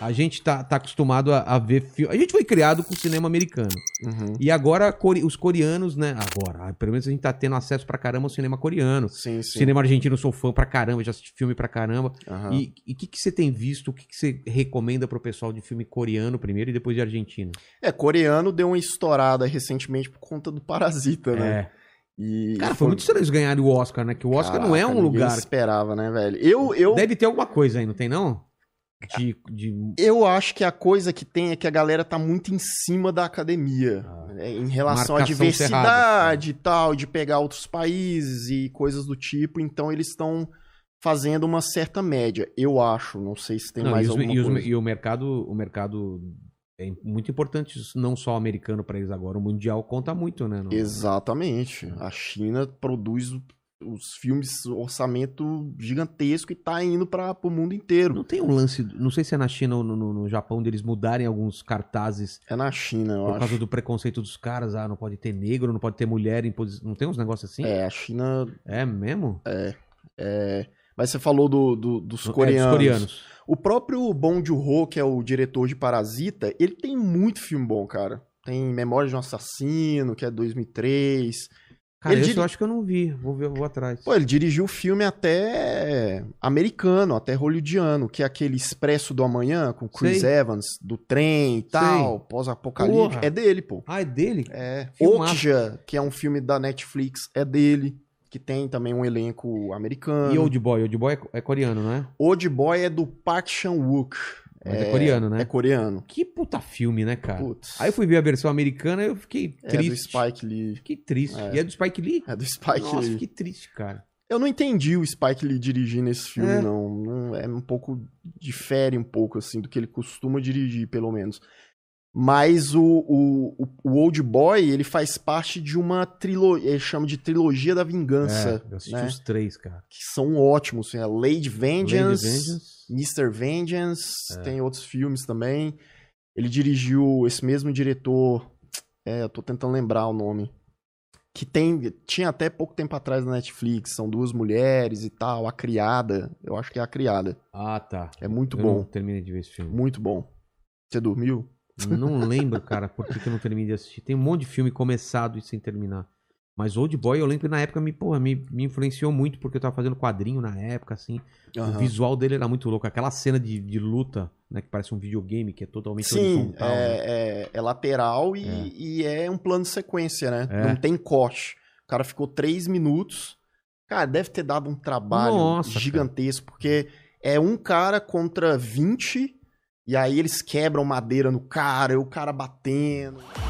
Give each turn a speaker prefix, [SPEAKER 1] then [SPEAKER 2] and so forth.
[SPEAKER 1] A gente tá, tá acostumado a, a ver filme. A gente foi criado com o cinema americano.
[SPEAKER 2] Uhum.
[SPEAKER 1] E agora core- os coreanos, né? Agora, ah, pelo menos a gente tá tendo acesso pra caramba ao cinema coreano.
[SPEAKER 2] Sim, sim. Ah.
[SPEAKER 1] Cinema argentino, eu sou fã pra caramba, já assisti filme pra caramba.
[SPEAKER 2] Aham.
[SPEAKER 1] E o que, que você tem visto? O que, que você recomenda pro pessoal de filme coreano primeiro e depois de argentino?
[SPEAKER 2] É, coreano deu uma estourada recentemente por conta do Parasita, né? E,
[SPEAKER 1] É. Cara,
[SPEAKER 2] e
[SPEAKER 1] foi muito estranho eles ganharem o Oscar, né? Que o Oscar não é
[SPEAKER 2] Caraca,
[SPEAKER 1] um
[SPEAKER 2] ninguém
[SPEAKER 1] lugar.
[SPEAKER 2] esperava, né, velho? Eu, eu,
[SPEAKER 1] Deve ter alguma coisa aí, não tem não? De. de...
[SPEAKER 2] eu acho que a coisa que tem é que a galera tá muito em cima da academia.
[SPEAKER 1] Ah.
[SPEAKER 2] né, em relação à
[SPEAKER 1] Marcação
[SPEAKER 2] diversidade e tal, de pegar outros países e coisas do tipo. Então eles estão fazendo uma certa média, eu acho. Não sei se tem
[SPEAKER 1] Não,
[SPEAKER 2] mais
[SPEAKER 1] e, os-
[SPEAKER 2] alguma
[SPEAKER 1] e os-
[SPEAKER 2] coisa.
[SPEAKER 1] e o mercado, o mercado é muito importante, isso não só americano pra eles agora, o mundial conta muito, né? no-
[SPEAKER 2] Exatamente. A China produz o- os filmes, orçamento gigantesco e tá indo para o mundo inteiro.
[SPEAKER 1] Não tem um lance, não sei se é na China ou no, no- no Japão deles mudarem alguns cartazes
[SPEAKER 2] É na China, eu
[SPEAKER 1] por
[SPEAKER 2] acho.
[SPEAKER 1] causa do preconceito dos caras, ah, não pode ter negro, não pode ter mulher em posição, não tem uns negócios assim?
[SPEAKER 2] É, a China.
[SPEAKER 1] É mesmo?
[SPEAKER 2] É... Mas você falou do, do- dos,
[SPEAKER 1] É,
[SPEAKER 2] coreanos.
[SPEAKER 1] dos coreanos.
[SPEAKER 2] O próprio Bong Joon-ho, que é o diretor de Parasita, ele tem muito filme bom, cara. Tem Memória de um Assassino, que é 2003.
[SPEAKER 1] Cara,
[SPEAKER 2] Ele
[SPEAKER 1] esse
[SPEAKER 2] diri-
[SPEAKER 1] eu acho que eu não vi, vou ver, eu vou atrás.
[SPEAKER 2] Pô, ele dirigiu filme até americano, até hollywoodiano, que é aquele Expresso do Amanhã, com Chris
[SPEAKER 1] Sei.
[SPEAKER 2] Evans, do trem e tal, pós-apocalíptico.
[SPEAKER 1] Porra.
[SPEAKER 2] É dele, pô.
[SPEAKER 1] Ah, é dele?
[SPEAKER 2] É.
[SPEAKER 1] Filmaço.
[SPEAKER 2] Okja, que é um filme da Netflix, é dele. Que tem também um elenco americano.
[SPEAKER 1] E Old Boy, Old Boy é co- é coreano, não é?
[SPEAKER 2] Old Boy é do Park Chan-wook.
[SPEAKER 1] Mas é coreano, né?
[SPEAKER 2] É coreano.
[SPEAKER 1] Que puta filme, né, cara?
[SPEAKER 2] Putz.
[SPEAKER 1] Aí eu fui ver a versão americana e eu fiquei
[SPEAKER 2] É do
[SPEAKER 1] triste.
[SPEAKER 2] Spike Lee.
[SPEAKER 1] Fiquei triste.
[SPEAKER 2] É.
[SPEAKER 1] E é do Spike Lee?
[SPEAKER 2] É do Spike
[SPEAKER 1] Nossa,
[SPEAKER 2] Lee.
[SPEAKER 1] fiquei triste, cara.
[SPEAKER 2] Eu não entendi o Spike Lee dirigindo esse filme,
[SPEAKER 1] É.
[SPEAKER 2] não. Não- É um pouco. difere um pouco, assim, do que ele costuma dirigir, pelo menos. Mas o, o, o- o Old Boy, ele faz parte de uma trilogia. Ele chama de Trilogia da Vingança.
[SPEAKER 1] É, eu assisti
[SPEAKER 2] né?
[SPEAKER 1] os três, cara.
[SPEAKER 2] Que são ótimos. É Lady Vengeance,
[SPEAKER 1] Lady Vengeance.
[SPEAKER 2] Mr. Vengeance,
[SPEAKER 1] É.
[SPEAKER 2] tem outros filmes também. Ele dirigiu esse mesmo diretor. É, eu tô tentando lembrar o nome. Que tem. Tinha até pouco tempo atrás na Netflix. São duas mulheres e tal. A Criada. Eu acho que é a Criada.
[SPEAKER 1] Ah, tá.
[SPEAKER 2] É muito
[SPEAKER 1] eu
[SPEAKER 2] bom.
[SPEAKER 1] Não terminei de ver esse filme.
[SPEAKER 2] Muito bom. Você dormiu?
[SPEAKER 1] Não lembro, cara, por que, que eu não terminei de assistir. Tem um monte de filme começado e sem terminar. Mas Old Boy, eu lembro que na época me, porra, me, me influenciou muito, porque eu tava fazendo quadrinho na época, assim. O visual dele era muito louco. Aquela cena de, de luta, né? Que parece um videogame, que é totalmente
[SPEAKER 2] Sim,
[SPEAKER 1] horizontal. né?
[SPEAKER 2] é, é- é lateral
[SPEAKER 1] É.
[SPEAKER 2] e e é. um plano de sequência, né?
[SPEAKER 1] É.
[SPEAKER 2] Não tem corte. O cara ficou três minutos. Cara, deve ter dado um trabalho
[SPEAKER 1] Nossa, cara.
[SPEAKER 2] gigantesco, porque é um cara contra 20, e aí eles quebram madeira no cara, e o cara batendo.